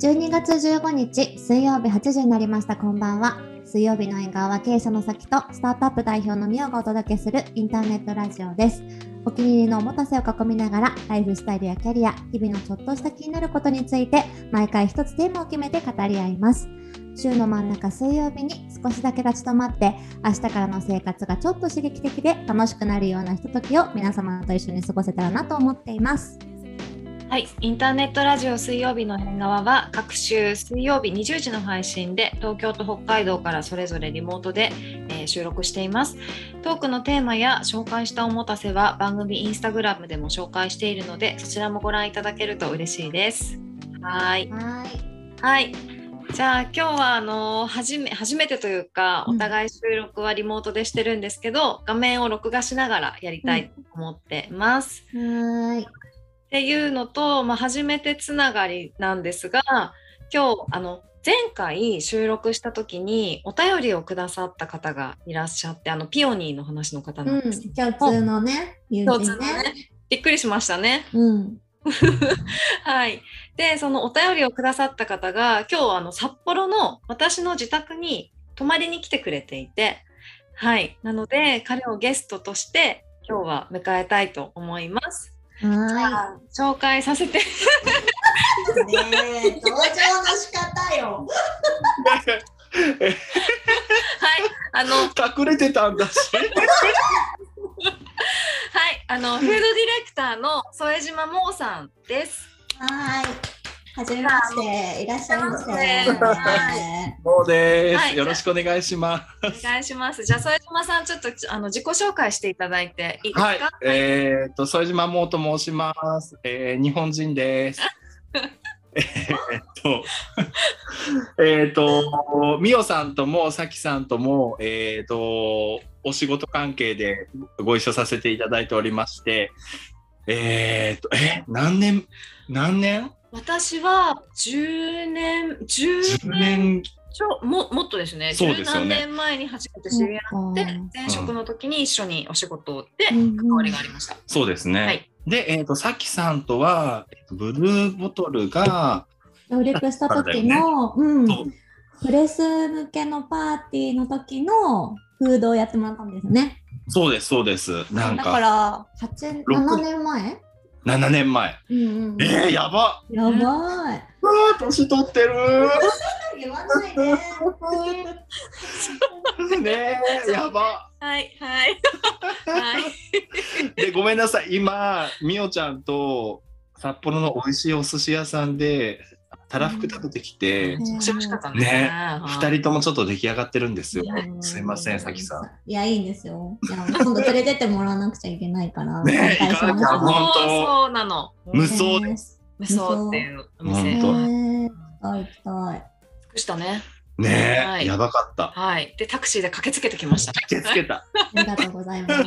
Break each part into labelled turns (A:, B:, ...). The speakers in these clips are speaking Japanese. A: 12月15日水曜日8時になりましたこんばんは水曜日の縁側は経営者の先とスタートアップ代表のみおがお届けするインターネットラジオですお気に入りのおもたせを囲みながらライフスタイルやキャリア日々のちょっとした気になることについて毎回一つテーマを決めて語り合います週の真ん中水曜日に少しだけ立ち止まって明日からの生活がちょっと刺激的で楽しくなるようなひとときを皆様と一緒に過ごせたらなと思っています
B: はい、インターネットラジオ水曜日の変側は各週水曜日20時の配信で東京と北海道からそれぞれリモートで、えー収録していますトークのテーマや紹介したおもたせは番組インスタグラムでも紹介しているのでそちらもご覧いただけると嬉しいですはい
A: はーい
B: はいじゃあ今日はあの初め初めてというか
A: うん
B: お互い収録はリモートでしてるんですけど、画面を録画しながらやりたいと思ってます、
A: はーい。
B: っていうのと、まあ、初めてつながりなんですが今日あの前回収録した時にお便りをくださった方がいらっしゃってあのピオニーの話の方
A: う
B: なん
A: ん、
B: です、
A: 共通のね、友
B: 共
A: 人
B: 通の
A: ね。
B: ねびっくりしましたね。
A: うん。
B: はい、でそのお便りをくださった方が今日あの札幌の私の自宅に泊まりに来てくれていて、はい、なので彼をゲストとして今日は迎えたいと思います。
A: は
B: じゃあ紹介させて
A: ー い。ねえ、登場の仕方よ。
B: はい、あの
C: 隠れてたんだし。
B: はい、あのフードディレクターの添島もうさん です。
A: はーい。はじめまして、いらっしゃいませ。
B: は
C: そうです、
B: はい
C: よろしくお願いしま。
B: お願いします。じゃあ添島さんちょっとあの自己紹介していただいていいですすか？
C: はい、えーっと副島もと申します。えー、日本人です。 えーっと、えーっと、みおさんともさきさんとも、えーっと、お仕事関係でご一緒させていただいておりまして。えーっと、え、何年、何年、
B: 私は10年10年
C: 10年
B: ちょももっとですね。
C: そうですよね
B: 10何年前に初めて知り合って、前職の時に一緒にお仕事で関わりがありました。
C: そうですね。
B: はい
C: で、えっ、と、さきさんとは、えーとブルーボトルが、
A: 協力した時の、うん、
C: そう
A: プレス向けのパーティーの時のフードをやってもらったんですね。
C: そうです、そうです。なん
A: だか
C: か、
A: ら、八
C: 六
A: 七年前
C: 7年前。
A: うんうん。
C: え
A: や
C: ー、やば
A: ばい。
C: うわー年取ってる
A: 言わないね。
C: ーねーやば
B: はい はいはい。
C: で、ごめんなさい。今、みおちゃんと札幌の美味しいお寿司屋さんで、たらふく食べてきて、
A: ん
B: 楽しかったね。
C: ね
B: はい
C: 二人ともちょっと出来上がってるんですよ
A: う。
C: すいません、さきさん。。
A: いや、いいんですよ。いや今度連れてってもらわなくちゃいけないから。
C: ね
A: お願いします
C: 行かなきゃ
B: そう
C: 本当
B: そうなの。
C: 無双で
A: です。
B: 無双っていうお
A: え
B: 店
C: 本当
A: ー、行きたい行きたい。
B: 尽くしたね。
C: ねー
B: はい
C: やばかった。
B: はい。で、タクシーで駆けつけてきました。
C: 駆けつけた。
A: ありがとうございます。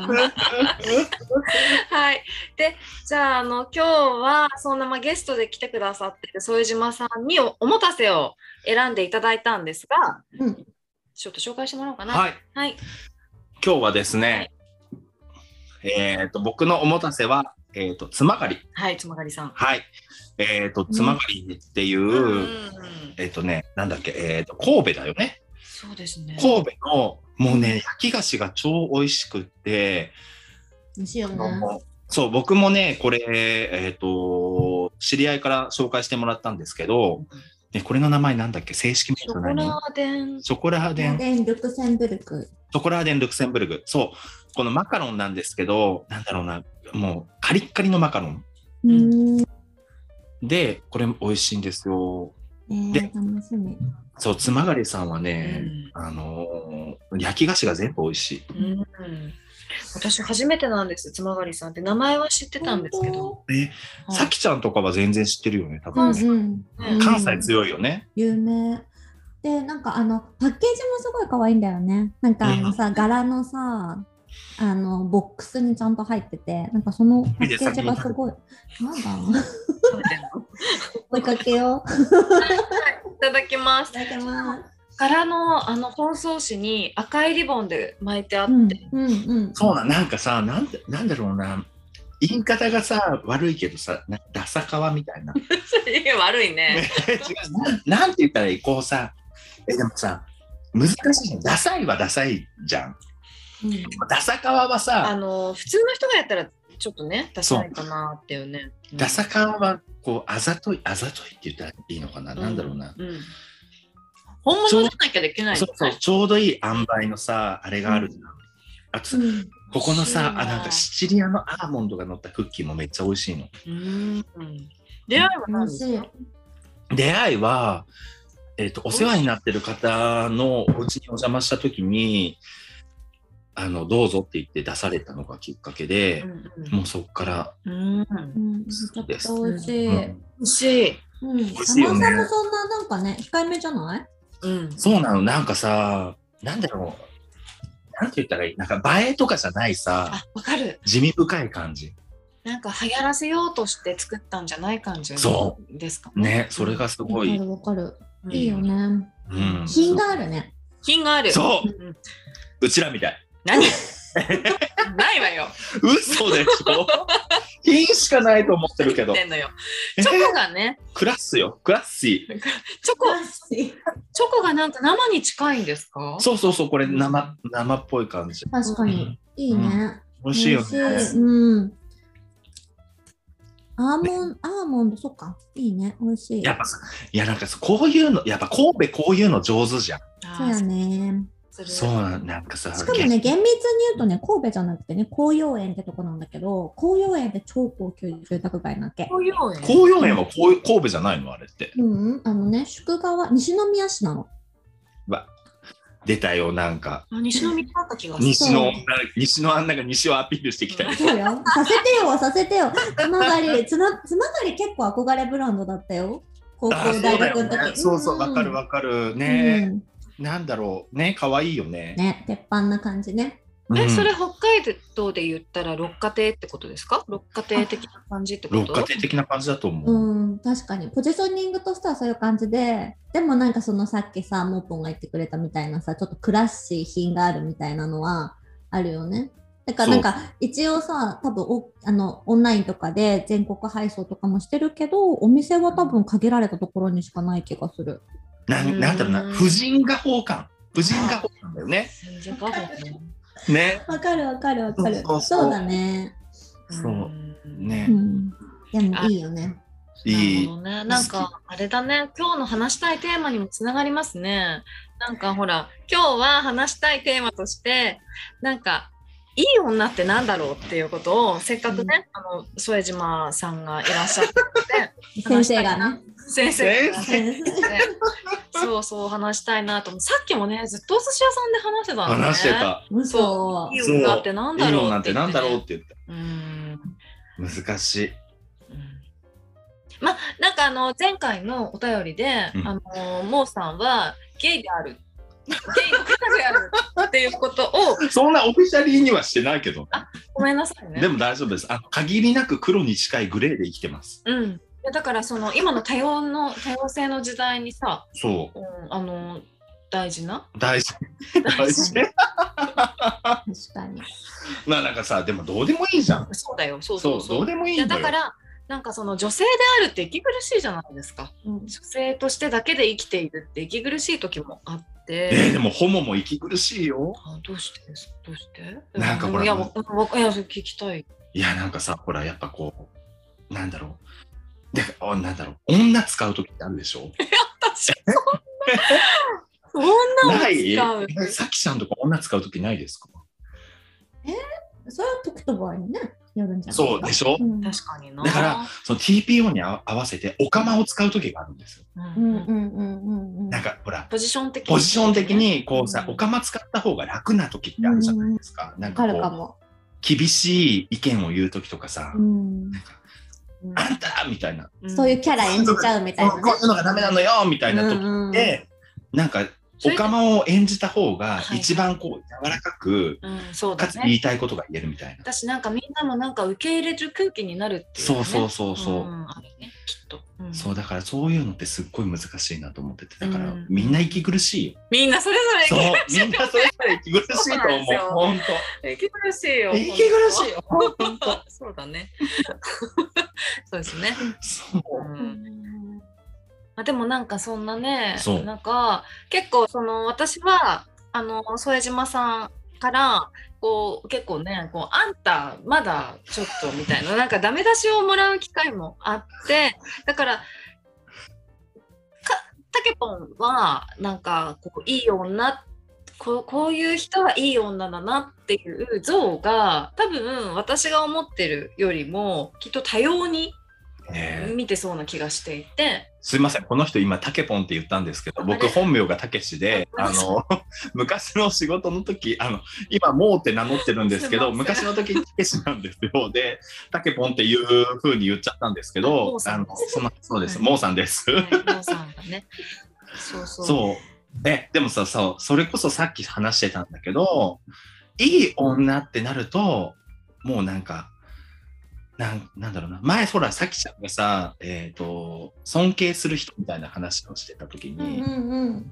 B: はい。で、じゃあ、あの、今日は、そんな、まあ、ゲストで来てくださってる副島さんにおおもたせを選んでいただいたんですが、
A: うん、
B: ちょっと紹介してもらおうかな。
C: はい。
B: はい。
C: 今日はですね、えっ、と、僕のおもたせは、えっ、と、つまがり。
B: はい、つまがりさん。
C: はい。えっ、と、つまがりっていう、
B: うん。
C: えっ、とね、なんだっけ、えっ、と、神戸だよね。
B: そうですね。
C: 神戸の、もうね、焼き菓子が超美味しくって、
A: 美味しいよね。
C: もうそう、僕もね、これ、えっ、と、知り合いから紹介してもらったんですけど、ね、これの名前なんだっけ、正式名
B: ショ
C: 称
B: コ
C: 何
B: ラーデン。
C: ショコラーデ
A: で、
C: ン
A: ルクセンブルク。
C: ショコラーデン・ルクセンブルク。そう。このマカロンなんですけど、なんだろうな、もうカリッカリのマカロン。
A: う
B: うん
A: ん、え
C: で、これも美味しいんですよ。で
A: ー、楽しみ。
C: そう、つまがりさんは
B: う
C: ね、
B: ん
C: あのー焼き菓子が全部美味しい。
B: うん私初めてなんですつまがりさんって名前は知ってたんですけど、
C: え、
B: はい
C: さきちゃんとかは全然知ってるよね、多
A: うん、
C: 分ね。
A: うん
B: うん
C: 関西強いよね。
A: 有名。で、なんかあの、パッケージもすごい可愛いんだよね。なんかあのさ、柄のさ、あの、ボックスにちゃんと入ってて、なんかそのパッケージがすごい。なんだろう
B: 食べてんの
A: 追いかけよう。
B: いただきます
A: いただきま
B: 柄のあの包装紙に赤いリボンで巻いてあっ
A: う
B: て、
A: ん、うん、うん。
C: そうな、なんかさ、なんだなんだろうな、言い方がさ、悪いけどさ、なんかダサカワみたいな。
B: いや悪いね。
C: 違うなんなんて言ったらいいこうさ、え、でもさ、難しいじゃん。ダサいはダサいじゃん。ダサカワは
B: あ
C: さ、
B: の普通の人がやったらちょっとねダサいかなっていうね。うん
C: ダサカワは、こう、あざとい、あざといって言ったらいいのかな、なんだろうな。
B: うん本物じゃなきゃできない
C: そうそう、ちょうどいい塩梅のさ、あれがあるじゃん。あと、
A: うん
C: ここの
B: 美味しい
C: さ、
B: な
C: あ、なんかシチリアのアーモンドが乗ったクッキーもめっちゃ美味しいの。
B: うん出会いは何ですか
C: 出会いは、えっとお世話になってる方のお家にお邪魔した時にあのどうぞって言って出されたのがきっかけで、もうそっから、
B: うんうん
A: うん、めちゃくちゃ美味しい。
C: う
A: うん
B: 美味しい。
A: ん。
C: 味しいよね
A: 甘さもそんななんかね、控えめじゃない
B: うん
C: そうなのなんかさなんだろうなんて言ったらいいなんか映えとかじゃないさ
B: あわかる。
C: 地味深い感じ
B: なんか流行らせようとして作ったんじゃない感じ
C: そ
B: ですか。
C: ねそれがす
A: わ
C: ご
A: か
C: い、
A: るわかる。
B: うん
A: いいよね。
C: うん、
A: 品があるね。
B: 品がある。。
C: そう
B: ん
C: ううちらみたい
B: 何？ ないわよ。
C: 嘘でしょ品しかないと思ってるけど
B: 言ってんのよチョコが ね、
C: クラッスよクラッシー
B: チョコチョコがなんか生に近いんですか？
C: そうそうそうこれ生生っぽい感じ
A: 確かに。いいね。
C: 美味しいよ
A: 美味
C: ね
A: しいうん。アーモンド、アーモンド、そっか。いいね。美味しい。
C: やっぱさ、いやなんかさこういうの、やっぱ神戸こういうの上手じゃん。
A: そうやね。
B: そ
C: そうなんなんかさ、
A: しかもね、厳密に言うとね、神戸じゃなくてね、紅葉園ってとこなんだけど、紅葉園って超高級住宅街なわけ。
B: 紅葉園。
C: 紅葉園はこう神戸じゃないのあれって。
A: うん、あのね、宿川、西宮市なの。
C: わ出たよ、なんか。
B: あ西の宮だった気がする。
C: 西の、な西のあんなんか西をアピールしてきたり。
A: そうよ。させてよ、させてよ。つまが り、つなつまがり結構憧れブランドだったよ。高校
C: あ、そう、
A: 大
C: だ
A: 学
C: よ
A: の
C: ね
A: 時。。
C: そうそう、
A: ん
C: わかるわかる。
A: う
C: ね、
A: ん
C: なんだろう。ね、可愛いよね。
A: ね、鉄板な感じね。
C: うん
B: え、それ北海道で言ったら六花亭ってことですか？六花亭的な感じってこ
C: 六
B: と？
C: 花亭的な感じだと
A: う
C: 思う。
A: ん、確かに。ポジショニングとしてはそういう感じで、でもなんかそのさっきさ、モーポンが言ってくれたみたいなさ、ちょっとクラッシー品があるみたいなのはあるよね。だからなんか一応さ、多分おあのオンラインとかで全国配送とかもしてるけど、お店は多分限られたところにしかない気がする。
C: な
B: うん
C: ん、なんだろうな、婦人画報館。婦人画報館だよね。
B: 全然わかんないね
C: ね。
A: わかるわかるわかる。
C: そうそうそう
A: そうだね。
C: そうんね
A: う。ん。でもいいよね。
C: いい
B: なるほどね。なんかあれだね。今日の話したいテーマにもつながりますね。なんかほら、今日は話したいテーマとして、なんか。いい女ってなんだろうっていうことをせっかくね、あの添島さんがいらっしゃって
A: 先生がね。
B: 先生が
A: 先 生
B: ねそうそう話したいなと思うさっきもねずっとお寿司屋さんで話してたのね
C: 話してた。
A: 嘘
B: いい女ってなん
C: い
B: だ
C: い
B: ろ
C: の
B: う
C: なん
B: って
C: て
B: 言
C: な
B: っ
C: ん
B: て
C: だ
B: ね
C: ろうって言って。
B: うーん
C: 難しい。
B: うんまあなんかあの前回のお便りで、
C: うん
B: あのモーさんはゲイであるゲイの方であるっていうことを
C: そんなオフィシャリーにはしてないけど、
B: ごめんなさいね
C: でも大丈夫です。あの限りなく黒に近いグレーで生きてます。
B: うんいやだからその今の多様の多様性の時代にさ、
C: そ
B: うん、あの大事な
C: う、大事。大
B: 大
C: 事
B: 事。
A: 確かに。
C: まあなんかさ、でもどうでもいいじゃん。
B: そうだよそうそ
C: そうう、
B: そう
C: どうでもい
B: い
C: い
B: や
C: んだ
B: だ
C: よ。
B: からなんかその女性であるって息苦しいじゃないですか
A: うん
B: 女性としてだけで生きているって息苦しい時もあって、
C: えーでもホモも息苦しいよ。
B: あどうしてですどうして
C: なんかほら
B: いやわわわいやそれ聞きたい
C: いや、なんかさ、ほら、やっぱこう、なんだろう。で、あなんだろう。女使う時ってあるでしょ
B: 私そんなそんなの
C: ない
B: 使う
C: さきちゃんとか女使う時ないですか
A: そういう時と場合にね、やるんじゃない
C: そうでしょ
A: うん
B: 確かにな
C: だから、その TPO にあ合わせて、オカマを使う時があるんですよ。
A: う
B: う
A: んんうんうんうんうん。
C: なんか、ほら、
B: ポジション的に
C: ポジション的にこうさ、
B: うん
C: おかま使った方が楽な時ってあるじゃないですか。なん
A: わか
C: か
A: るか
C: こ
A: も。
C: う厳しい意見を言う時とかさ、
A: うん。
C: なんか
B: うん
C: あんたみたいな、
A: そういうキャラ演じちゃうみたいな
C: こうこういうのがダメなのよみたいな時
A: うんうん
C: で、なんか
B: そ
C: お
B: れで
C: かまを演じた方が
B: はい
C: 一番こう柔らかく、
B: うんそう
C: か
B: だ
C: つ言
B: ね
C: いたいことが言えるみたいな。
B: 私なんかみんなもなんか受け入れる空気になるっていう、ね、
C: そうそうそうそう。
B: んあるねきっと、うん
C: そうだからそういうのってすっごい難しいなと思っててだから
B: うん
C: みんな息苦しいよ、
B: みんなそれぞれ
C: そう、みんなそれぞれ息苦しいと思う。
B: そう
C: 本
B: 息苦しい
C: 当。
B: よ。
C: 息苦しいよ。本
B: 本当。 そうだね。そうですね。
C: 当そう。
B: うんあでもなんかそんなね
C: そう
B: なんか結構その私はあの添島さんからこう結構ねこう「あんたまだちょっと」みたいななんかダメ出しをもらう機会もあってだからかたけぽんはなんかこういい女こうこういう人はいい女だなっていう像が多分私が思ってるよりもきっと多様に
C: ねえ
B: 見てそうな気がしていて。
C: すいません、この人今、タケポンって言ったんですけど、
B: あ
C: 僕、
B: れ
C: 本名がたけしで、
B: あ
C: あの、 昔の仕事の時、あの、今、もうって名乗ってるんですけ
B: すい
C: ど、
B: ませ
C: 昔の時、たけしなんですよ。で、たけぽんっていう風に言っちゃったんですけ
B: あも
C: ど
B: う、さ
C: あ
B: ん
C: の、すいまそうです、
B: はい
C: もうさんです。
B: はいりょうさんがね。そうそう。
C: そう。え、でもさ、そう、それこそさっき話してたんだけど、いい女ってなると、もうなんか、なんなんだろうな前ほらさきちゃんがさ、えっと尊敬する人みたいな話をしてた時
A: う
C: に、
A: んうん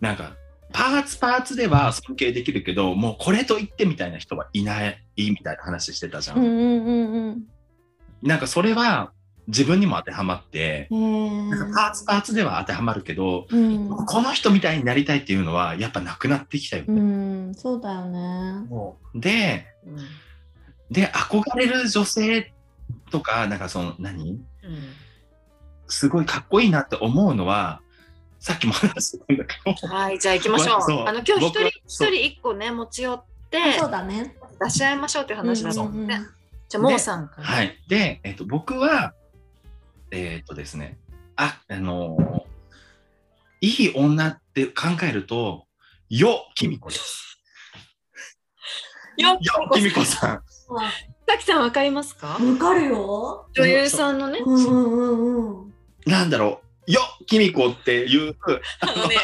C: なんかパーツパーツでは尊敬できるけどもうこれと言ってみたいな人はいないみたいな話してたじゃ、
A: うんうんんうん
C: なんかそれは自分にも当てはまって、
A: うん
C: なんかパーツパーツでは当てはまるけど、
A: うん
C: この人みたいになりたいっていうのはやっぱなくなってきたよ
A: う
C: ね、
A: んそうだよね
C: もうで
B: うん。うん。
C: で憧れる女性とかなんかその何すごいかっこいいなって思うのはさっきも話してたんだけど
B: はい、じゃあ行きましょう。
C: そう
B: あの今日一
C: 僕
B: 人
C: は
B: 一
C: そう
B: 人一個ね持ち寄って
A: そうだね
B: 出し合いましょうって話だった
A: うんうんん
B: で
A: う
B: ね。
A: ん
B: じゃあもうさんから。
C: はいで、えっと僕はえっとですねああのーいい女って考えるとよきみこです
B: よっ
C: よきみこさ
B: さ
C: ん
B: きさんわかりますか？
A: わかるよ
B: 女優さんのね。
A: うんうんうんうん
C: なんだろうよきみこっていう
B: あのね、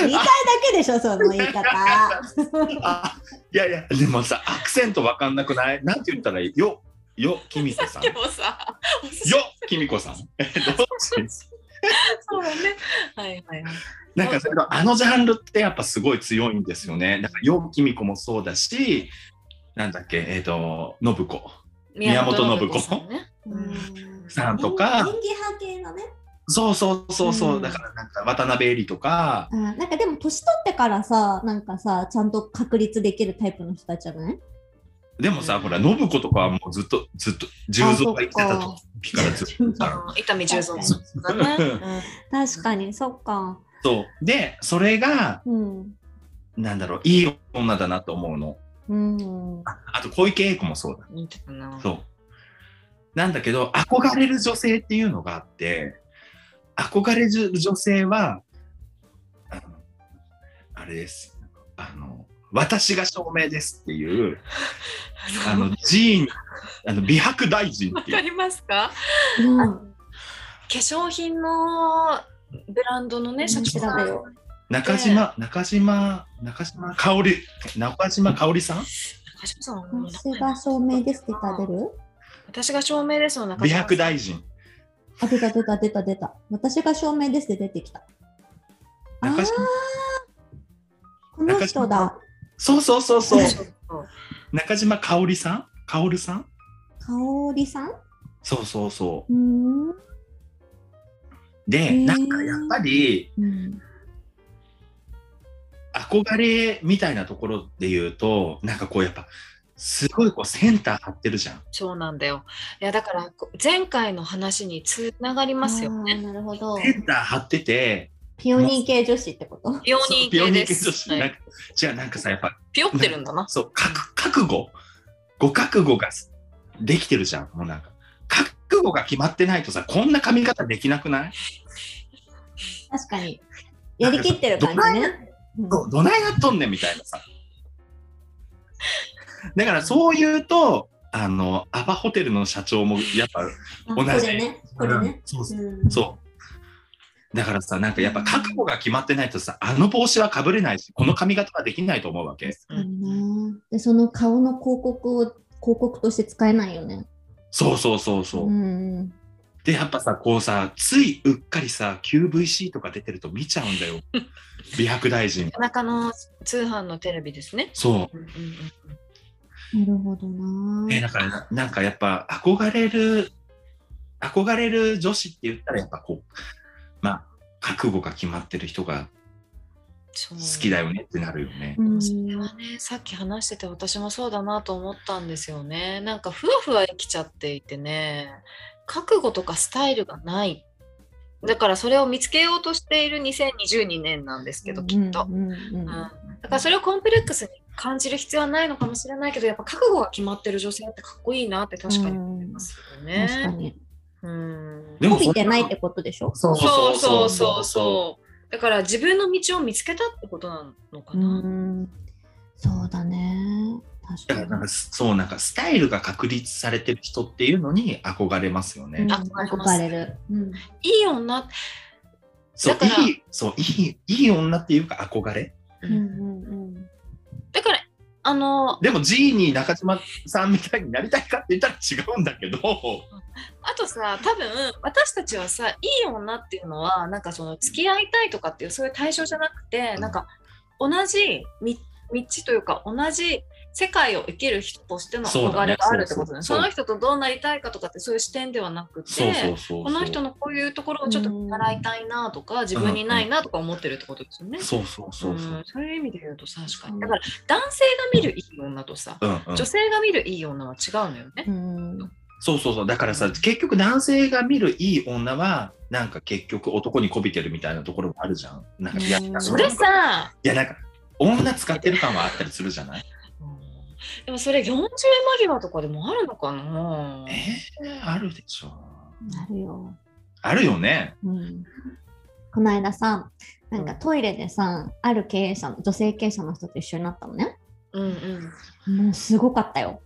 A: 言いたいだけでしょその言い方
C: あいやいやでもさアクセントわかんなくないなんて言ったらいいよよきみこさん
B: でもさ、お寿司
C: よきみこさん。えどうし
B: そうだね。はいはいはい。
C: なんかそれとあのジャンルってやっぱすごい強いんですよね。だからよきみこもそうだし、なんだっけ、えっ、と、信子宮本信子
B: さんね。うん
C: さんとか
A: 演技派系のね
C: そうそうそうそう、
B: うん
C: だからなんか渡辺恵里とか、
A: うんなんかでも年取ってからさなんかさちゃんと確立できるタイプの人たちじゃない
C: でも
B: う
C: さ、
B: ん
C: ほら、信子とかはもうずっと、ずっと、重蔵が生きてた
A: あ
C: 時からずっといたの。
B: あの伊丹十三さんだね。うん
A: 確かにそっか
C: そう。で、それが、
A: うん
C: なんだろう、いい女だなと思うの。
A: うん
C: ああと、小池栄子もそうだ。
B: 似てたな。
C: そう。なんだけど、憧れる女性っていうのがあって、憧れる女性は、あの、あれです。あの、私が証明ですっていう、あ の、寺院、あの、美白大臣
B: わ
C: って
B: か
C: いう。
B: りますか？
A: うん
B: 化粧品のブランドのね、社長さ
A: 調べ
B: ん。
A: よう
C: 中島、中島、中島香織、中島香織さん
B: 中島さんはもう名前
A: 私が証明ですって言ったら出る
B: 私が証明ですの中
C: 美
B: 島さん
C: 白大臣。
A: あ出た出た出た出た私が証明ですって出てきたあ
C: 中
A: ー
C: 島
A: この人だ
C: そうそうそうそう。
B: そう
C: 中島香織さん香織さん
A: 香織さん
C: そうそうそう
A: ーん
C: う。で、
A: ー
C: なんかやっぱり、
A: うん
C: 憧れみたいなところで言うとなんかこうやっぱすごいこうセンター張ってるじゃん。
B: そうなんだよいやだからこ前回の話につながりますよ
A: あ
B: ね
A: ーなるほど
C: センター張ってて
A: ピオニー系女子ってこと
B: ピオニー系で
C: そう
B: す
C: ピオニ
B: は
C: ー系女子なん
B: い
C: かじゃあなんかさやっぱ
B: ピヨってるんだな
C: そう覚覚悟ご覚悟ができてるじゃんもうなんか覚悟が決まってないとさこんな髪型できなくない
A: 確かにやりきってる感じねうん
C: どどないなっとんねんみたいなさ。だからそう言うとあのアパホテルの社長もやっぱ
A: あ
C: 同じ
A: これねこれね
C: そうそう
A: うん
C: そう。だからさ、なんかやっぱ覚悟が決まってないとさ、あの帽子はかぶれないし、この髪型はできないと思うわけ。
A: 確かになでその顔の広告を広告として使えないよね。
C: そうそうそうそう。
A: うんうん
C: で、やっぱさ、こうさ、ついうっかりさ、QVC とか出てると見ちゃうんだよ。美白大臣。
B: 田中の通販のテレビですね。
C: そう。
B: うんうん
A: なるほどな。
C: えー、だからな、なんかやっぱ憧れる、憧れる女子って言ったら、やっぱこう、まあ、覚悟が決まってる人が
B: そう
C: 好きだよねってなるよね
A: う。ん、
B: それはね、さっき話してて私もそうだなと思ったんですよね。なんかふわふわ生きちゃっていてね、覚悟とかスタイルがない。だからそれを見つけようとしている2022年なんですけど、きっと。
A: うんうん
B: うんだからそれをコンプレックスに感じる必要はないのかもしれないけど、やっぱ覚悟が決まってる女性ってかっこいいなって確かに思いますよ
A: 確か
B: ね。
A: に。
B: うん
C: でも
A: 伸びてないってことでしょ
C: そう
B: そうそうそうそう。だから自分の道を見つけたってことなのか
A: う
B: な。
A: ん。そうだね。
C: だ
A: 確
C: から
A: か
C: なん
A: に
C: か。そうなんかスタイルが確立されてる人っていうのに憧れますよね。
A: うん
B: 憧
A: 憧
B: れ
A: れる。うん。
B: いい女って
C: そう
B: だから
C: いいそういいいい女っていうか憧れ。
A: うんうんうん。
B: だから、あの、
C: でもジーニー中島さんみたいになりたいかって言ったら違うんだけど。
B: あとさ、多分私たちはさ、いい女っていうのは、なんかその付き合いたいとかっていう、そういう対象じゃなくて、
C: うん
B: なんか同じみ道というか、同じ世界を生きる人としての
C: そう
B: 憧
C: だね
B: れがあるってことだね。
C: そうそうそう
B: その人とどうなりたいかとかって、そういう視点ではなくて、
C: うそ
B: この人のこういうところをちょっと見習いたいなとか、自分にないなとか思ってるってことですよね。。
C: そうそうそうそううん
B: そういう意味で言うと確か
A: う
B: に。
A: ん
B: だから男性が見るいい女とさ、
C: うんうん
B: 女性が見るいい女は違うのよね。
A: うん。
C: そうそうそうだからさ結局男性が見るいい女はなんか結局男に媚びてるみたいなところもあるじゃんなんかいや
A: うん
B: それさ、
C: いやなんか女使ってる感はあったりするじゃない
B: でもそれ40間際とかでもあるのかな
C: えー、あるでしょ
A: なるよ。
C: あるよね
A: うん。この間さ、なんかトイレでさ、ある経営者の女性経営者の人と一緒になったのね。
B: うんうん。
A: もうすごかったよ。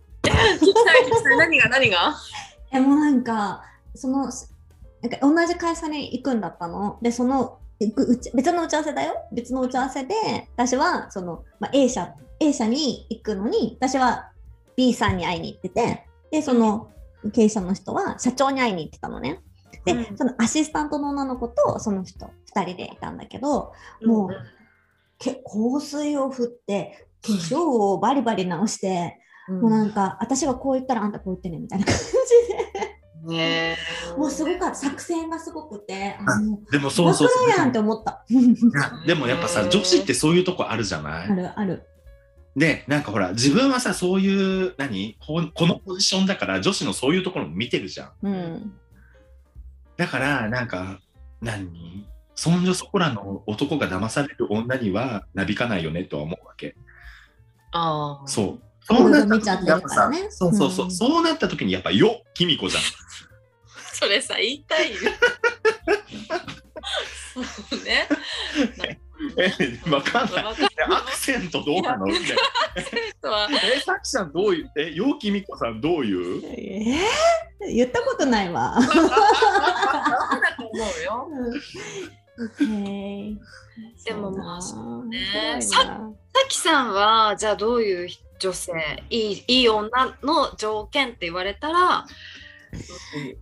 B: 何が何が
A: えもうなんかそのすなんか同じ会社に行くんだったのでその行く打ち別の打ち合わせだよ別の打ち合わせで私はその、まあ、A 社 A 社に行くのに私は B さんに会いに行っててでその経営者の人は社長に会いに行ってたのねで、
B: うん
A: そのアシスタントの女の子とその人2人でいたんだけどもうけ香水を振って化粧をバリバリ直して、
B: うん、
A: もうなんか私がこう言ったらあんたこう言ってねみたいな感じで
B: ね
A: もうすごかった作戦がすごくて、あ
C: あ
A: の
C: でも
A: そ
C: そ
A: う
C: そう
A: プロやんって
C: い
A: 思った。
C: やでもやっぱ
B: へ
C: さ
B: ー
C: 女子ってそういうとこあるじゃな
A: あ
C: い
A: るある。
C: でなんかほら自分はさそういう何こうこのポジションだから女子のそういうところも見てるじゃん
A: うん。
C: だからなんか何そんじょそこらの男が騙される女にはなびかないよねとは思うわけ
B: ああ。
C: そう
A: い
C: そ
A: ろ
C: う
A: い
C: な
A: ろ
C: った
A: 見ちゃっ
C: 時
A: て
C: やっ
A: る
C: ぱ
A: から
C: さ
A: ね。
C: そうそうそう、
A: ん
C: そうなった時にやっぱよきみこじゃん
B: それさ、言いたいよ。そうね。
C: えわかんない
B: わかん
C: えアクセントどうなのみたいな
B: は
C: えさきさんどういうえよきみこさんどういう
A: えー言ったことないわ。
B: だと思うよ。
A: へー
B: でもまあ
A: そう
B: ね
A: すごいな
B: さきさんは、じゃあどういう女性、いいいい女の条件って言われたら、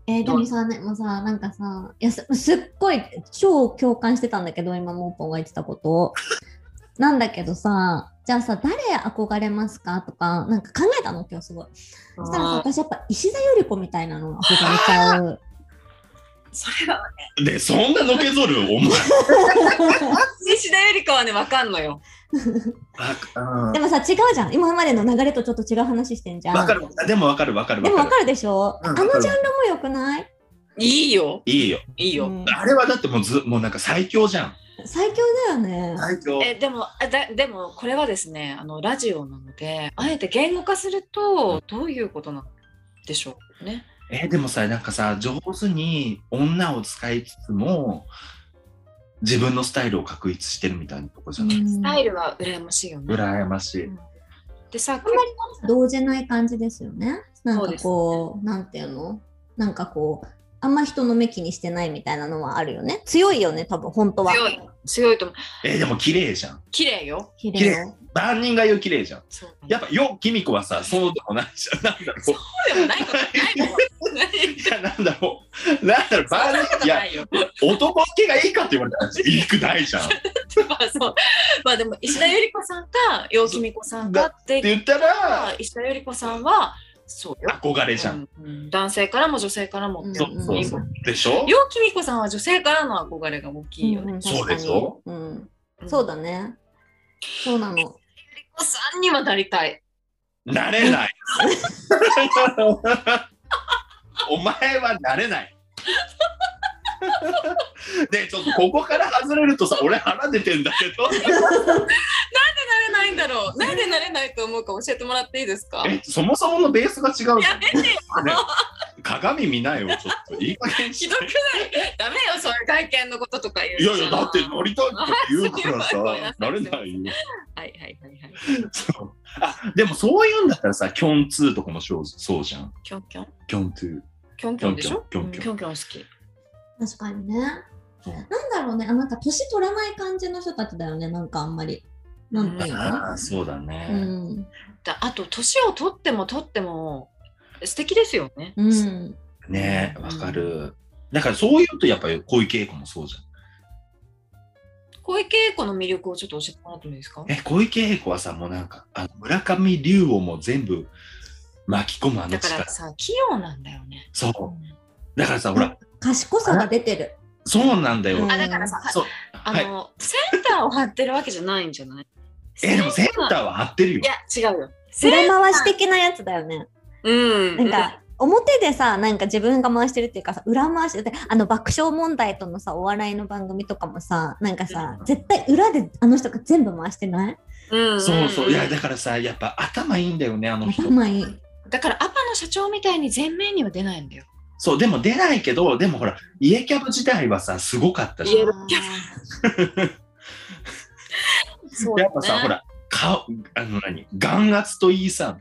A: えー、でもさ、ね、もうさ、なんかさ、いやすすっごい超共感してたんだけど、今、モーポンが言ってたことを。なんだけどさ、じゃあさ、誰憧れますかとか、なんか考えたの、今日すごい。そしたらさ、私やっぱ石田ゆり子みたいなの憧れちゃう。
B: それは
C: でそんなのけぞるお前
B: 石田ゆりかはね、わかんのよ。
C: あ
A: でもさ、 違うじゃん。今までの流れとちょっと違う話してんじゃ
C: うん
A: ん。
C: わかるでもわかるわかる
A: でも
C: わ
A: わ
C: かる
A: かるでしょ、
C: うんわか
A: あ
C: る
A: のジャンルも良くない、
B: いいよ、
C: いいよ
B: いいうよ。
A: ん
C: あれはだってもうずもうなんか最強じゃん
A: 最強だよね。
C: 最強
B: えでもあだでもこれはですねあのラジオなのであえて言語化するとどういうことなんでしょうね。
C: えーでもさなんかさ上手に女を使いつつも自分のスタイルを確立してるみたいなとこじゃない、
B: スタイ
A: ル
B: ルは羨ましいよね。
C: 羨ましい、
B: うんでさ
A: あんま動じない感じですよね。なんかこう、なんていうのなんかこう、あんま人の目気にしてないみたいなのはあるよね。強いよね、多分本当は。
B: 強い強いと思う
C: えーでも綺麗じゃん
B: 綺麗よ。
A: 綺
C: 綺
A: 麗
C: 麗
A: よ。
C: 万人が言う綺麗じゃん
B: そう
C: やっぱよきみこはさそうでもないじゃんなんだろう
B: そうでもないことはないのよ。何
C: いや、なんだろう。なんだろう、バー
B: そんなこと
C: いや
B: な、いよ。
C: 男受けがいいかって言われたら、いいくないじゃん。って
B: まあそう。まあでも石田ゆり子さんか陽気美子さんかって言っ
C: 言 っ
B: た
C: た
B: ら
C: ら、
B: 石田ゆり子さんはそうよ。
C: 憧れじゃん。
B: うん男性からも女性からもって
A: そ
B: いうう。
A: そうそう
B: 陽
C: でしょ
B: 気美子さんは女性からの憧れが大きいよね。
A: んん
C: そうでし
A: 確
C: ょ
A: かにうんそうだね。そうなの。
B: ゆり子さんにはなりたい。
C: なれない。お前はなれない。で、ちょっとここから外れるとさ、俺腹出てんだけど。
B: なれないんだろう。なんでなれないと思うか教えてもらっていいですか。
C: え、そもそものベースが違うじゃん。
B: やめてよ。
C: ね鏡見ないよ、ちょっと。いい加減にし
B: ひどくない。ダメよ。そういう外見のこととか言う。
C: いやいや、だって乗りたいって言うから
B: あすいませんごめん
C: さ
B: な、さい
C: なれないよ。
B: はいはいはいはい。
C: そうあ、でもそういうんだったらさ、キョン2とかもそうそうじゃん。
B: キョンキョン。
C: キョン2。
B: キョンキョンでしょ。
C: キョン
B: うん
C: キ
B: キ
C: ョン
B: ョンキョン好き。
A: 確かにね。なん
C: うん
A: だろうね。あなんか年取らない感じの人たちだよね。なんかあんまり。なんていうの
C: ああ、そうだ
A: う
C: ね。
A: ん。
B: だあと年を取っても取っても素敵ですよね。
A: うん。
C: ねわかる。だからそういうと、やっぱり小池栄子もそうじゃん。
B: 小池栄子の魅力をちょっと教えてもらってもいいですか
C: え、小池栄子はさ、もうなんか、あの村上龍をもう全部巻き込むあの
B: だか
C: 力
B: ら。さ器用なんだよね。
C: そう。だからさ、ほら、
A: 賢さが出てる。
C: そうなんだよ。
A: うん
B: あだからさ
C: そう。
B: あ
C: はい。
B: の、センターを張ってるわけじゃないんじゃない
C: え、でもセンタ
B: ー
C: ーは合ってるよ
B: い。や違うよ。
A: 裏回し的なやつだよね。
B: うん
A: なんか表でさなんか自分が回してるっていうかさ裏回しであの爆笑問題とのさお笑いの番組とかもさなんかさ絶対裏であの人が全部回してない
B: うんん
C: そうそう。いや、だからさ、やっぱ頭いいんだよね、あの人。
A: 頭いい。
B: だからアパの社長みたいに全面には出ないんだよ。
C: そう、でも出ないけど、でもほら、家キャブ自体はさ、すごかったじゃん
B: 言える
A: あー
B: そ
C: やっぱさ、ほら、顔、あの何、眼圧といいさ、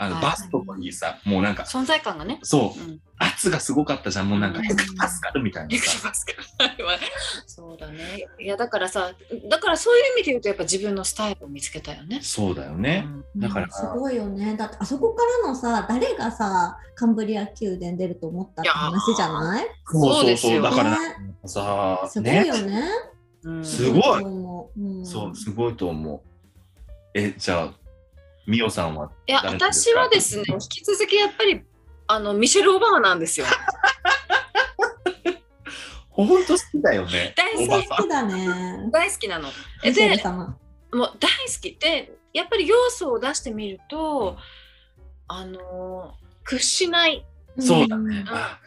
C: あの
B: はい
C: バストといいさ、もうなんか、
B: 存在感がね。
C: そう、
B: うん。
C: 圧がすごかったじゃん、もうなんか、
B: うん
C: ヘクトパスカルみたいな
B: ビク
C: さ。
B: バスからはそうだね。いやだからさ、だからそういう意味で言うとやっぱ自分のスタイルを見つけたよね。
C: そうだよね。だから
A: うんすごいよねだってあそこからのさ誰がさカンブリア宮殿出ると思ったって話じゃない
B: そうですよ
C: だか
A: ね
C: らなんかさ、
A: すごい
C: ね
A: よね
B: うん、
C: すごい
A: と思ううん
C: そう、すごいと思う。え、じゃあ、ミオさんは、
B: いや
C: 誰です
B: 私
C: か
B: はですね引き続きやっぱりあのミシェル・オバーなんですよ。
C: ほんと好きだよね。
B: 大好き
C: おばさ
A: 好きだね
B: 大好きなの。
A: ミシェル
B: で
A: 様
B: もう大好きでやっぱり要素を出してみるとあの屈しない
C: ん。そうだね
A: ん。
C: あ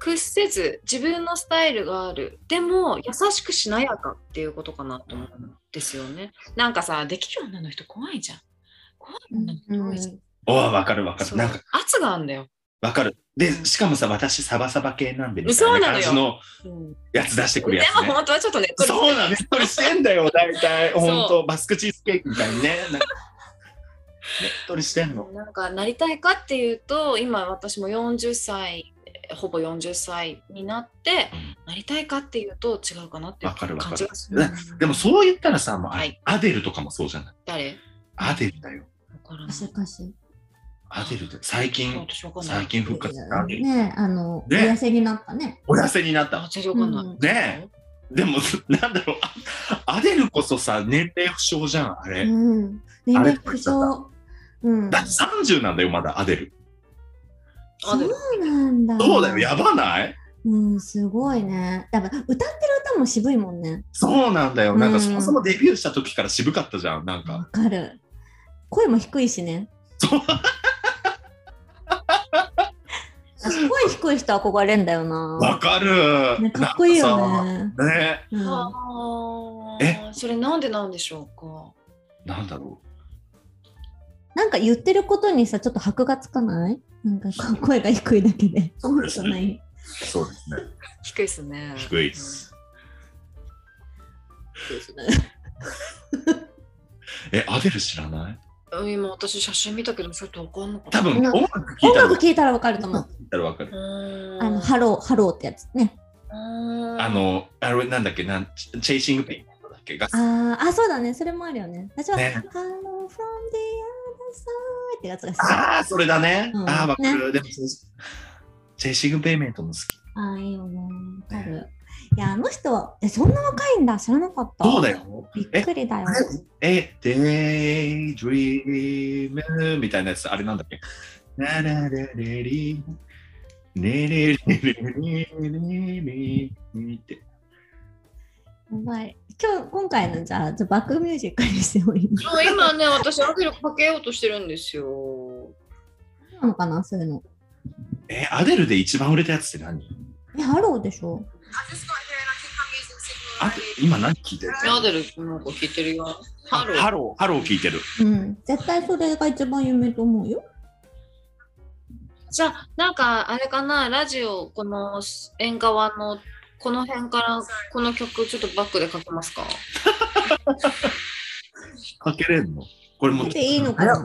B: 屈せず自分のスタイルがあるでも優しくしなやかっていうことかなと思うんですよね。なんかさできる女の人怖いじゃん。怖い女の人多いじゃん。
C: おわかるわか
B: そ
C: る。
B: う
C: なんか、
B: 圧があるんだよ。
C: わかる。で、しかもさ、私、サバサバ系なんで、み
B: そ
C: た
B: う
C: いな
B: なの
C: 感
B: よ
C: じの
B: うん
C: やつ出してくる
B: で
C: やつ、ね。
B: も本当はちょっとねっとり
C: そうなんです。これしてんだよ、大体。
B: そう
C: 本当バスクチーズケーキみたいにね。なんかねっとりしてんの。
B: なんかなりたいかっていうと今私も40歳ほぼ40歳になって、なりたいかっていうと違うかなってい
C: わかる
B: う
C: わか
B: 感
C: る
B: じがす
C: ね
B: る。
C: でもそう言ったらさ、もうあれ
B: はい
C: アデルとかもそうじゃない。
B: 誰
C: アデルだよ。
B: わからない
A: 歌。手歌手
C: アデルって最近、
B: 私わかんない。
C: 最近復活したアデル。
A: ねあの、
C: ね
A: お痩せになったね。
C: お痩せになった。
B: 私わかんない。
A: うん
C: ねでも、なんだろう。あアデルこそさ、年齢不詳じゃん、あれ。
A: うん。年齢不詳。うん。
C: だって30なんだよ、まだアデル。
B: あでも
A: そうなんだ。
C: そうだよ、やばない
A: うん、すごいね。やっぱ歌ってる歌も渋いもんね。
C: そうなんだよ。なん
A: う
C: か
A: ん
C: そもそもデビューした時から渋かったじゃん、なん
A: わ
C: か。
A: かる。声も低いしね。
C: そう
A: 声低い人憧れんだよ
C: わ
A: な。
C: かる。
A: ねかっこいいよ
C: なんか
A: ね。
C: さ。
A: う
C: ね
A: ん
B: あーそれなんでなんでしょうか。
C: なんだろ
A: なんか言ってることにさ、ちょっと箔がつかないなんかこう声が低いだけで。
C: そうですね
A: ない。
C: う。そうですね。
B: 低いですね。
C: 低いです。え、アデル知らない
B: うん。今私写真見たけどちょっとわかんなかった。
C: 多分
A: う
C: 音
A: ん
C: 楽聞い
A: 音
C: たら
A: 楽
C: 分か
A: 聴いたらわかると思う。
C: るわかる。
B: うん。
A: あの、ハロー、ハローってやつね。
B: うん
C: あの、あれなんだっけ、なんチェチェイシングペインなんだっけが。
A: あーあ、そうだね。それもあるよね。私は、
C: ね
A: Hello from the other side ってやつが好き。
C: ああ、それだね。
A: うん
C: ああ、わかる。でも、ジェシー・ペイメントも好き。
A: ああ、いいよね。わかる。いや、あの人は、え、そんな若いんだ。知らなかった。
C: そうだ。よ。
A: びっくりだよ。
C: え、え、Daydream みたいなやつ、あれなんだっけラララレリレレレレレレレレって。
A: やばい。今日、今回のじゃあ、ちょバックミュージックにしてもいい
B: そう今ね、私、アクリルかけようとしてるんですよ。
A: なのかなそういうの。
C: え、アデルで一番売れたやつって何
A: え、ハローでしょ
C: あと、今何聞いてる
B: アデル、なんか聞いてるよ。ハロー。
C: ハロー、ハロー聞いてる。
A: うん。絶対それが一番有名と思うよ。
B: じゃあ、なんか、あれかな、ラジオ、この縁側の、この辺から、この曲、ちょっとバックでかけますか
C: かけれんのこれも
A: でいいのかな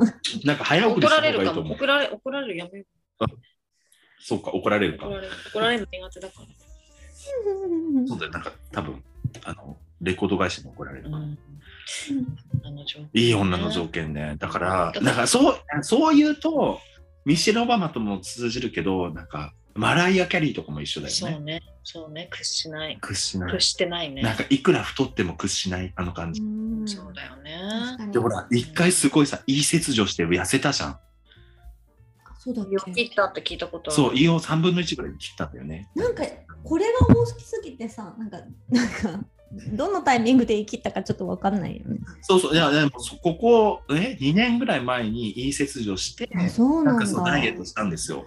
C: なんか早送り
B: 怒ら
C: した方が
B: れ
C: い
B: る
C: い
B: かも。
C: と思う。
B: 怒られ、怒られる、やめよ
C: そうか、怒られる
B: う
C: か
B: 怒。られる。怒られるの苦手だから。
C: そうだよ、なんか多分、あの、レコード会社に怒られる
B: う
C: から。
B: ん。あの状況
C: いい女の条件ね。だから、なんかそう、そう言うと、ミシェル・オバマとも通じるけど、なんか、マライア・キャリーとかも一緒だ
B: そ
C: よ
B: う
C: ね。
B: ね、そうね、屈しない。
C: 屈しない
B: 屈。してないね。
C: なんか、いくら太っても屈しない、あの感じ。
A: うん
B: そうだよね。
C: で、ほら、一回すごいさ、いい切除して痩せたじゃん。
A: そうだっ
B: よ
A: け
B: 切ったって聞いたことある。
C: そう、胃を3分の1ぐらいに切ったんだよね。
A: なんかこれが大好きすぎてさなんかなんかどのタイミングで言い切ったかちょっとわかんないよね。
C: そうそう、いや、でもそ、ここ、え、2年ぐらい前にいい切除して、
A: あそう
C: な
A: なんん
C: かそう、ダ
A: だ。
C: イエットしたんですよ。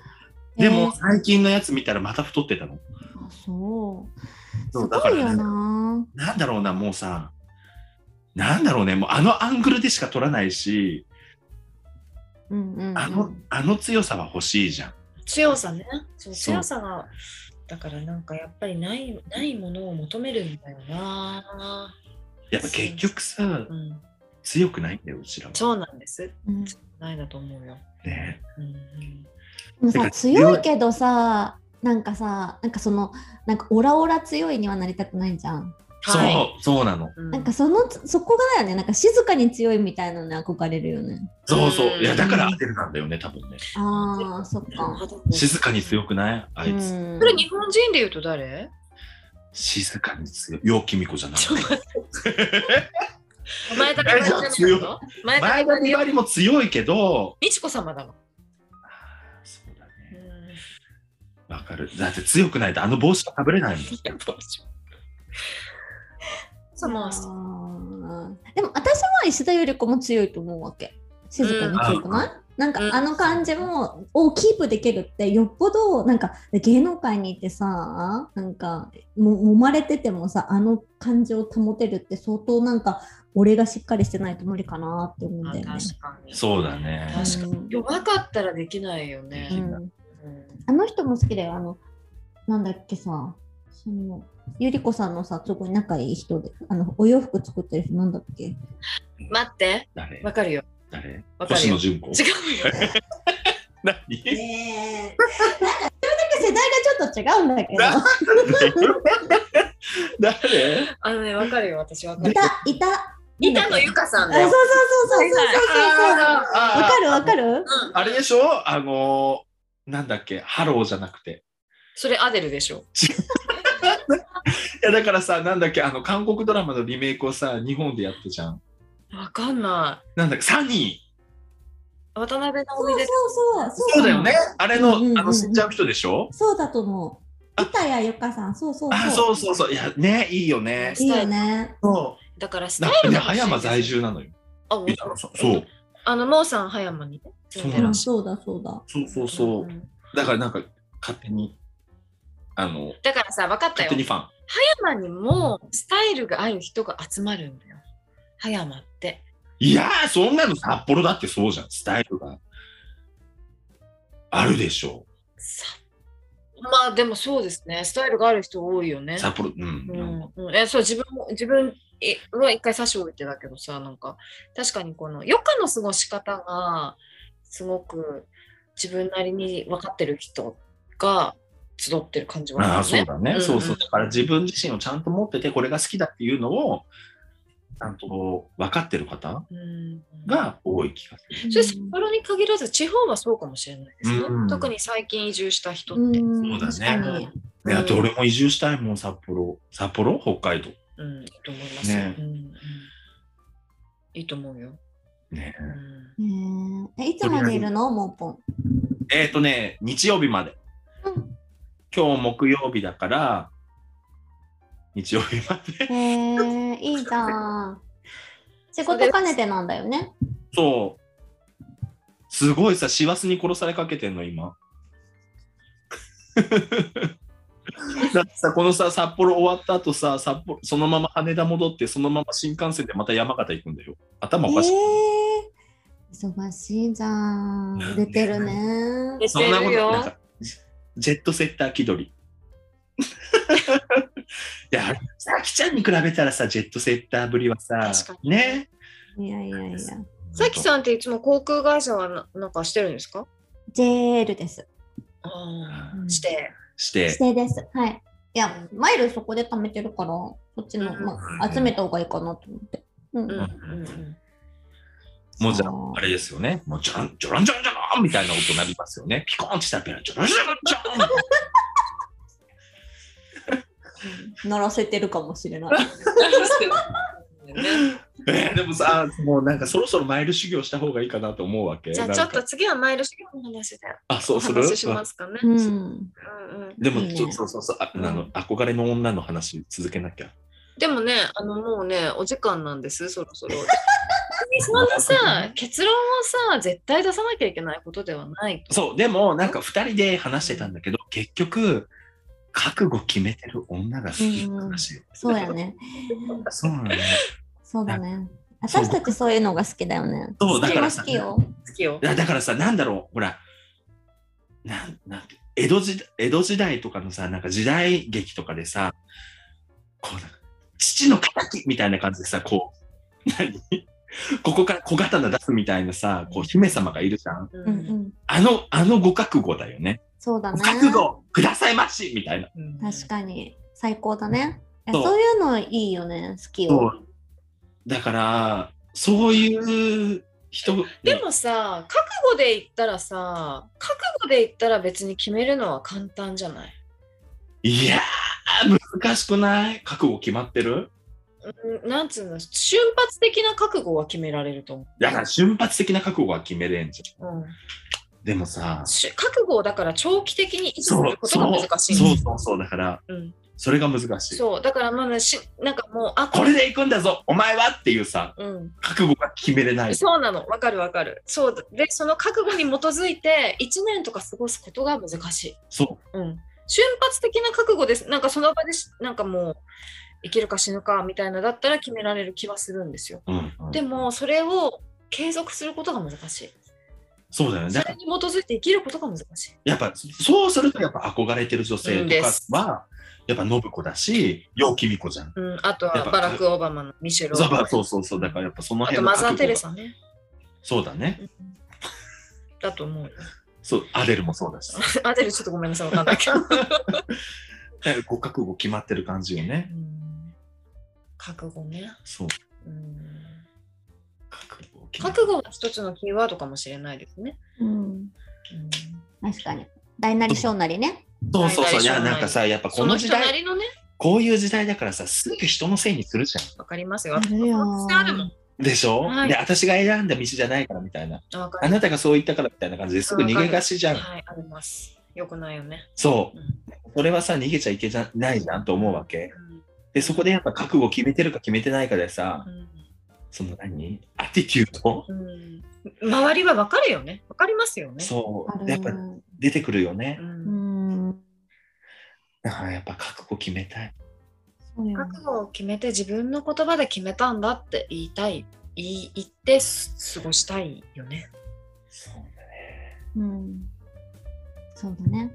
A: えー
C: でも、最近のやつ見たらまた太ってたの。
A: あそう。す
C: そうだ
A: ご
C: から
A: い
C: ね
A: よな。
C: なんだろうな、もうさ、なんだろうね、もうあのアングルでしか撮らないし、
A: うんうんうん。
C: あの、あの強さは欲しいじゃん。
B: 強さね。そう
C: そう
B: 強さが、だからなんかやっぱりないないものを求めるんだよな。
C: やっぱ結局さ
B: う、ん、
C: 強くないんだよ、うちらは。
B: そうなんです。
A: うん
B: ないだと思うよ。
C: ね。
B: うんうん、
A: でもさ
C: てか
A: 強いけどさなんかさなんかそのなんかオラオラ強いにはなりたくないじゃん。
B: はい
C: そう、そうなの。
B: うん
A: なんかそのそこがだよねなんか静かに強いみたいなのに憧れるよね。
C: そうそうう。
B: ん
C: いや、だからアデルなんだよね、多分ね。
A: ああそっか。
C: 静かに強くないあ
A: う
C: いつ。
A: ん
B: これ日本人で言うと誰
C: 静かに強い。ようきみこじゃない。
B: ちょっと待って前田美波じゃないの前田
C: 前
B: 美
C: 田
B: 波
C: 美
B: 美
C: バリも強いけど、
B: 美智子様だもん。
C: そうだ
B: う
C: ね。
B: ん
C: わかる。だって強くないと、あの帽子はかぶれないもん。
B: いやどうしようそもそも
A: あーでも私は石田ゆり子も強いと思うわけ静かに強くない、なん
B: うん
A: かあの感じもをキープできるってよっぽどなんか芸能界にいてさなんかも揉まれててもさあの感じを保てるって相当なんか俺がしっかりしてないと無理かなって思うん
B: あ
A: だ
B: 確
A: よね。
B: かに。
C: そうだね。
B: 確か
A: うん
B: に。弱かったらできないよね。
A: うん、
B: うん
A: あの人も好きだよあのなんだっけさそのゆり子さんのさすごい仲いい人であのお洋服作ってる人なんだっけ
B: 待って、
C: 誰
B: わかるよ。
C: 誰
B: わかる
C: 星
B: よ
C: 野純子。
B: 違うよ。
C: 何
A: ねえ、なんかそれだけ世代がちょっと違うんだけど、
C: 誰
B: あのね、わかるよ、私わか
A: い
B: る。
A: た、いた、
B: 板野由香さ
A: あ
B: ん
A: そうそう
B: だよ。
A: そうそうそうそうそうそう。わ
C: わ
A: かるわかる
B: うん
C: あれでしょあのーなんだっけハローじゃなくて。
B: それアデルでしょ。
C: いやだからさ、なんだっけあの韓国ドラマのリメイクをさ、日本でやったじゃん。
B: わかんない。
C: なんだっけサニ
B: 渡辺直
A: そ
B: 美
A: う
B: です。
A: そうそう
C: ー。そうだよね。あれの、
A: うんうんうん
C: あの死んじゃう人でしょ
A: そうだと思う。板谷由香さん、そうそう
C: あ、
A: そう。
C: そうそうそう。いや、ね、いいよね。
A: いいよね。
C: そ
B: だからス
C: う。な
B: タ
C: ん
B: イル
C: かね、
B: が欲しい
C: 葉
B: んです
C: 山在。住なのよ。
B: あ、お
C: みたいなさそう。
B: あの、モーさん、葉山にね。住んで
A: う
B: らっ
A: ん、
B: し
A: そうだそうだ。
C: そうそう
B: ゃる
C: そうう。
B: ん
C: だからなんか、勝手に、あの、
B: だからさ、わかった
C: 勝
B: よ
C: 手。にファン。
B: 葉山にもスタイルがある人が集まるんだよ。葉山って。
C: いやー、そんなの札幌だってそうじゃん。スタイルが。あるでしょ。
B: さまあでもそうですね。スタイルがある人多いよね。
C: 札幌、うん。
B: う
C: なんか
B: んうん、えそう自分も自分えは一回差し置いてだけどさなんか確かにこの余暇の過ごし方がすごく自分なりに分かってる人が集ってる感じは
C: ああ、
B: ある
C: そう
B: よね。
C: だね、
B: うん
C: そうそう。だから自分自身をちゃんと持ってて、これが好きだっていうのを、ちゃんと分かってる方
B: うん
C: が多い気がする。
B: それ札幌に限らず地方はそうかもしれないですね。
C: うん
B: 特に最近移住した人って。
A: うん
C: そうだね。
B: うん
C: いや、どれも移住したいもん、札幌。札幌北海道。
B: うん、いいと思います。
C: ね
B: うんうんいいと思うよ。
C: ね
B: うん
A: ねええいつまでいるのもうぽん。
C: えっ、とね、日曜日まで。
A: うん
C: 今日木曜日だから、日曜日まで。
A: へえいいじゃん。仕事兼ねてなんだよね。
C: そう。すごいさ、師走に殺されかけてんの、今。 だってさ、このさ、札幌終わった後さ、札幌、そのまま羽田戻って、そのまま新幹線でまた山形行くんだよ。頭おかしい。
A: えー忙しいじゃん
C: なん。で
A: 出てる ね。
B: 出
C: そん
B: て
C: なこ
B: る
C: と
B: よ
C: なん。かジジェットセッター気取り。 いや、あれさきちゃんに比べたらさ、ジェットセッターぶりはさ
B: 確か、に
C: ね。
A: いやいやいや。
B: さきさんっていつも航空会社はななんかしてるんですか
A: JL です。
B: あ
A: うん
B: あ、して。
C: して
A: 指、定です。はい。いや、マイルそこで貯めてるから、こっちの、
B: うん
A: まあ、集めた方がいいかなと思って。う
B: うん
A: ん。
B: うんうん
C: もうじゃ
A: そう
C: あれですよね。もう、じゃん、じゃらんじゃらんじゃらんみたいな音なりますよね。ピコーンってしたら、じゃらんじゃらんじゃらん。
A: 乗らせてるかもしれない。
C: えーでもさ、もうなんかそろそろマイル修行した方がいいかなと思うわけ。
B: じゃあ
C: なん
B: ち
C: か
B: ょっと次はマイル修行の話だよ。
C: あ、そう
B: お
C: する
B: 話ししますかね。
A: う
B: うん
A: ん。
B: うん
C: でも
A: いいね
C: ちょそうそうそう、ああ
B: う
C: の、憧れの女の話続けなきゃ。
B: でもね、あのもうね、お時間なんです、そろそろ。 そんなさ、結論をさ、絶対出さなきゃいけないことではないと。
C: そう、でもなんか2人で話してたんだけど、結局、覚悟決めてる女が好きって話。
A: そうやね。
C: そうなのね。
A: そうだね。私たちそういうのが好きだよね。
C: そう、だから
A: 好
C: さ、
A: きよ。
B: 好きよ
C: い。やだからさ、なんだろう、ほら、なんなんて江戸時代、江戸時代とかのさ、なんか時代劇とかでさ、こうなんか、父の敵みたいな感じでさ、こう、何 ここから小刀出すみたいなさ、こう、姫様がいるじゃ
B: う
C: ん。
A: うんうんん。
C: あの、あのご覚悟だよね。
A: そうだ
C: ご
A: ね。
C: 覚悟くださいましみたいな。
B: うん
A: 確かに。最高だね。いや
C: そう
A: そういうのいいよね。好き
C: そ
A: よ。
C: うだからそういう人
B: でもさ、覚悟で言ったらさ、覚悟で言ったら別に決めるのは簡単じゃない。
C: いやー難しくない覚悟決まってる
B: うんなんつうの、瞬発的な覚悟は決められると思
C: だから瞬発的な覚悟は決めれんじゃ
B: う。うん
C: んでもさ
B: し覚悟をだから長期的に維持す
C: そう
B: ることが
C: そう
B: 難しいん
C: そう
B: です
C: そうそうだから
B: うん
C: それが難しい
B: そうだからまあしなんかもうあ
C: これで行くんだぞお前はっていうさ
B: うん
C: 覚悟が決めれない
B: そうなのわかるわかるそうだでその覚悟に基づいて1年とか過ごすことが難しい、
C: そ
B: うん、瞬発的な覚悟ですなんかその場でしなんかもう生きるか死ぬかみたいなだったら決められる気はするんですよ
C: う、うんうん
B: でもそれを継続することが難しい
C: そうだよねだ
B: そ
C: か
B: れ
C: ら
B: に基づいて生きることが難しい
C: やっぱそうするとやっぱ憧れてる女性とかはやっぱ信子だし陽気美子じゃん
B: うん、あと
C: やっ
B: は
C: ぱ
B: バラク・オバマのミシェル・オ
C: そう
B: バマ
C: そうそうそうだからやっぱその
B: あ
C: 辺
B: と
C: の
B: マ
C: 覚
B: ザー・
C: 悟
B: テレ
C: が
B: サね
C: そうだね
B: だと思うよ。
C: そう、アデルもそうだし。
B: アデルちょっとごめんなさい、わかんないけど。
C: ご覚悟決まってる感じよね。
B: 覚悟ね。
C: そう。
B: うん
C: 覚悟を決め
B: 覚悟は一つのキーワードかもしれないですね。
A: うん。
B: うん
A: 確かに。大なり小なりね。
C: そうそうそう。いや、
B: 大体
C: なんかさ、やっぱこ
B: そ
C: の
B: の
C: 時
B: 人な
C: 代、
B: りのね、
C: こういう時代だからさ、すぐ人のせいにするじゃ
B: わかりますよ。
A: あ
B: 私
A: るよ
B: もあるもん。
C: ん。でしょ、
B: はい
C: で、私が選んだ道じゃないからみたいな。
B: あわか
C: あ
B: る。
C: なたがそう言ったからみたいな感じですぐ逃げがちじゃん。
B: はい、あります。よくないよね。
C: そうう。
B: ん
C: それはさ、逃げちゃいけじゃないじゃんと思うわけ。で、そこでやっぱ覚悟決めてるか決めてないかでさ、その何アティテュード、
B: うんうん周りはわかるよね。わかりますよね。
C: そ
A: あ
C: う。
A: る
C: やっぱ出てくるよね
B: う。
A: うんん。
C: だからやっぱ覚悟決めたい。
A: そうよ
B: 覚悟を決めて自分の言葉で決めたんだって言いたい。言い言ってす過ごしたいよね。
C: そうだね。
A: うん。そうだね。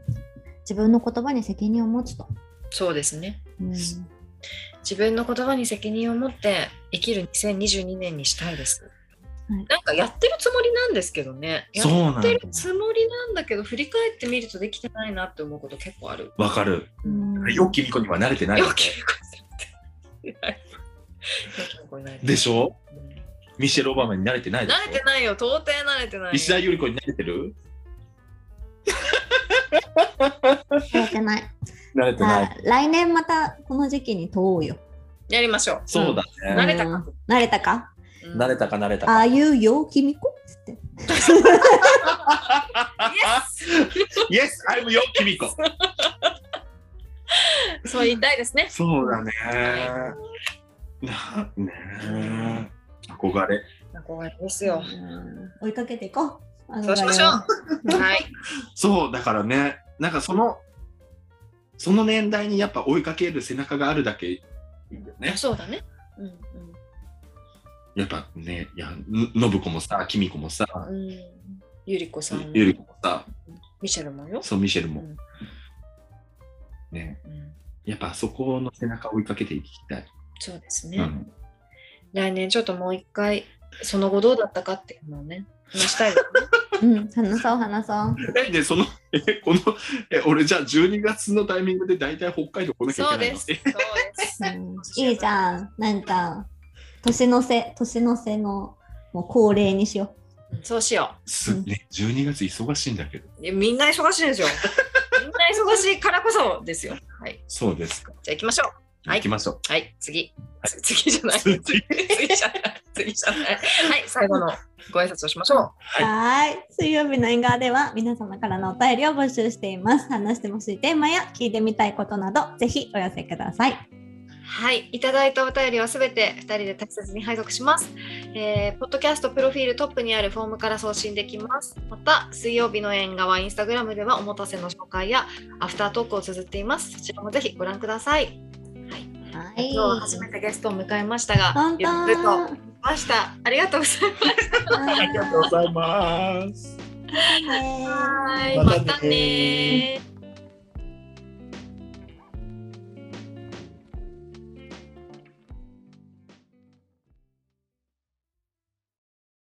A: 自分の言葉に責任を持つと。
B: そうですね。
A: うん。
B: 自分の言葉に責任を持って生きる2022年にしたいです、
A: はい
B: なんかやってるつもりなんですけどねや
C: そうなん
B: っ
C: だ
B: てるつもりなんだけど振り返ってみるとできてないなって思うこと結構ある
C: わかる。
A: うん
C: よきみこには慣れてない。
B: よきみこさんってよきみこになり
C: でしょ
B: うん
C: ミシェル・オバマに慣れてないでしょ
B: 慣れてないよ到底慣れてない
C: 石田ゆり子に慣れてる
A: やってない。
C: 慣れ
A: じゃあ、来年またこの時期に問おうよ。
B: やりましょう
C: そうだ
B: ん
C: ね、
B: 慣れたか
A: うん慣れたか
B: うん
C: 慣れたか慣れた
A: あ
C: か
A: あいうよ、君子つって。
C: Yes, I'm よきみこ
B: そう言いたいですね
C: そうだね
B: は
C: なね憧れ
B: 憧れですよ
A: 追いかけていこう。
B: そうしましょうはい
C: そうだからねなんかそのその年代にやっぱ追いかける背中があるだけいいよね
B: そうだねうん
C: やっぱねいやの信子もさきみこもさ
B: うんうんゆりこさんも
C: ゆり子もさ
B: ミシェルもよ
C: そうミシェルも、
B: うん
C: ね
B: うん
C: やっぱそこの背中を追いかけていきたい、
B: そうです
C: う
B: ね
C: ん
B: 来年ちょっともう一回その後どうだったかっていうのをね話したい ですね
A: う。うん、話そう話そう。
C: え、で、その、え、この、え、俺じゃあ12月のタイミングで大体北海道来なきゃい
B: そ
C: け
B: う
C: ない
B: で
C: の
B: すそうです
A: うんいいじゃん。なんか、年の瀬、年の瀬のもう恒例にしよ
B: うんそうしよ
C: すね、12月忙しいんだけど。
B: ういやみんな忙しいんですよみんな忙しいからこそですよはい
C: そうですか。
B: じゃあ行きましょうはい
C: 行きましょう。
B: はい、次。つ次じゃない。次
C: 次
B: じゃない。次じゃない。はい、最後のご挨拶をしましょ
A: う。はーい。水曜日の縁側では皆様からのお便りを募集しています。話してほしいテーマや聞いてみたいことなど、ぜひお寄せください。
B: う。はい、いただいたお便りはすべて2人で大切に配属します、えーポッドキャストプロフィールトップにあるフォームから送信できます。また、水曜日の縁側インスタグラムではおもたせの紹介やアフタートークを綴っています。そちらもぜひご覧ください。
A: は
B: 今
A: い。
B: 日は初めてゲストを迎えましたが
A: 本、当
B: ゆっくりと来ました。ありがとうござい ま
C: ありがとうございま
B: す。
C: す。
B: はい
C: またね
B: またねー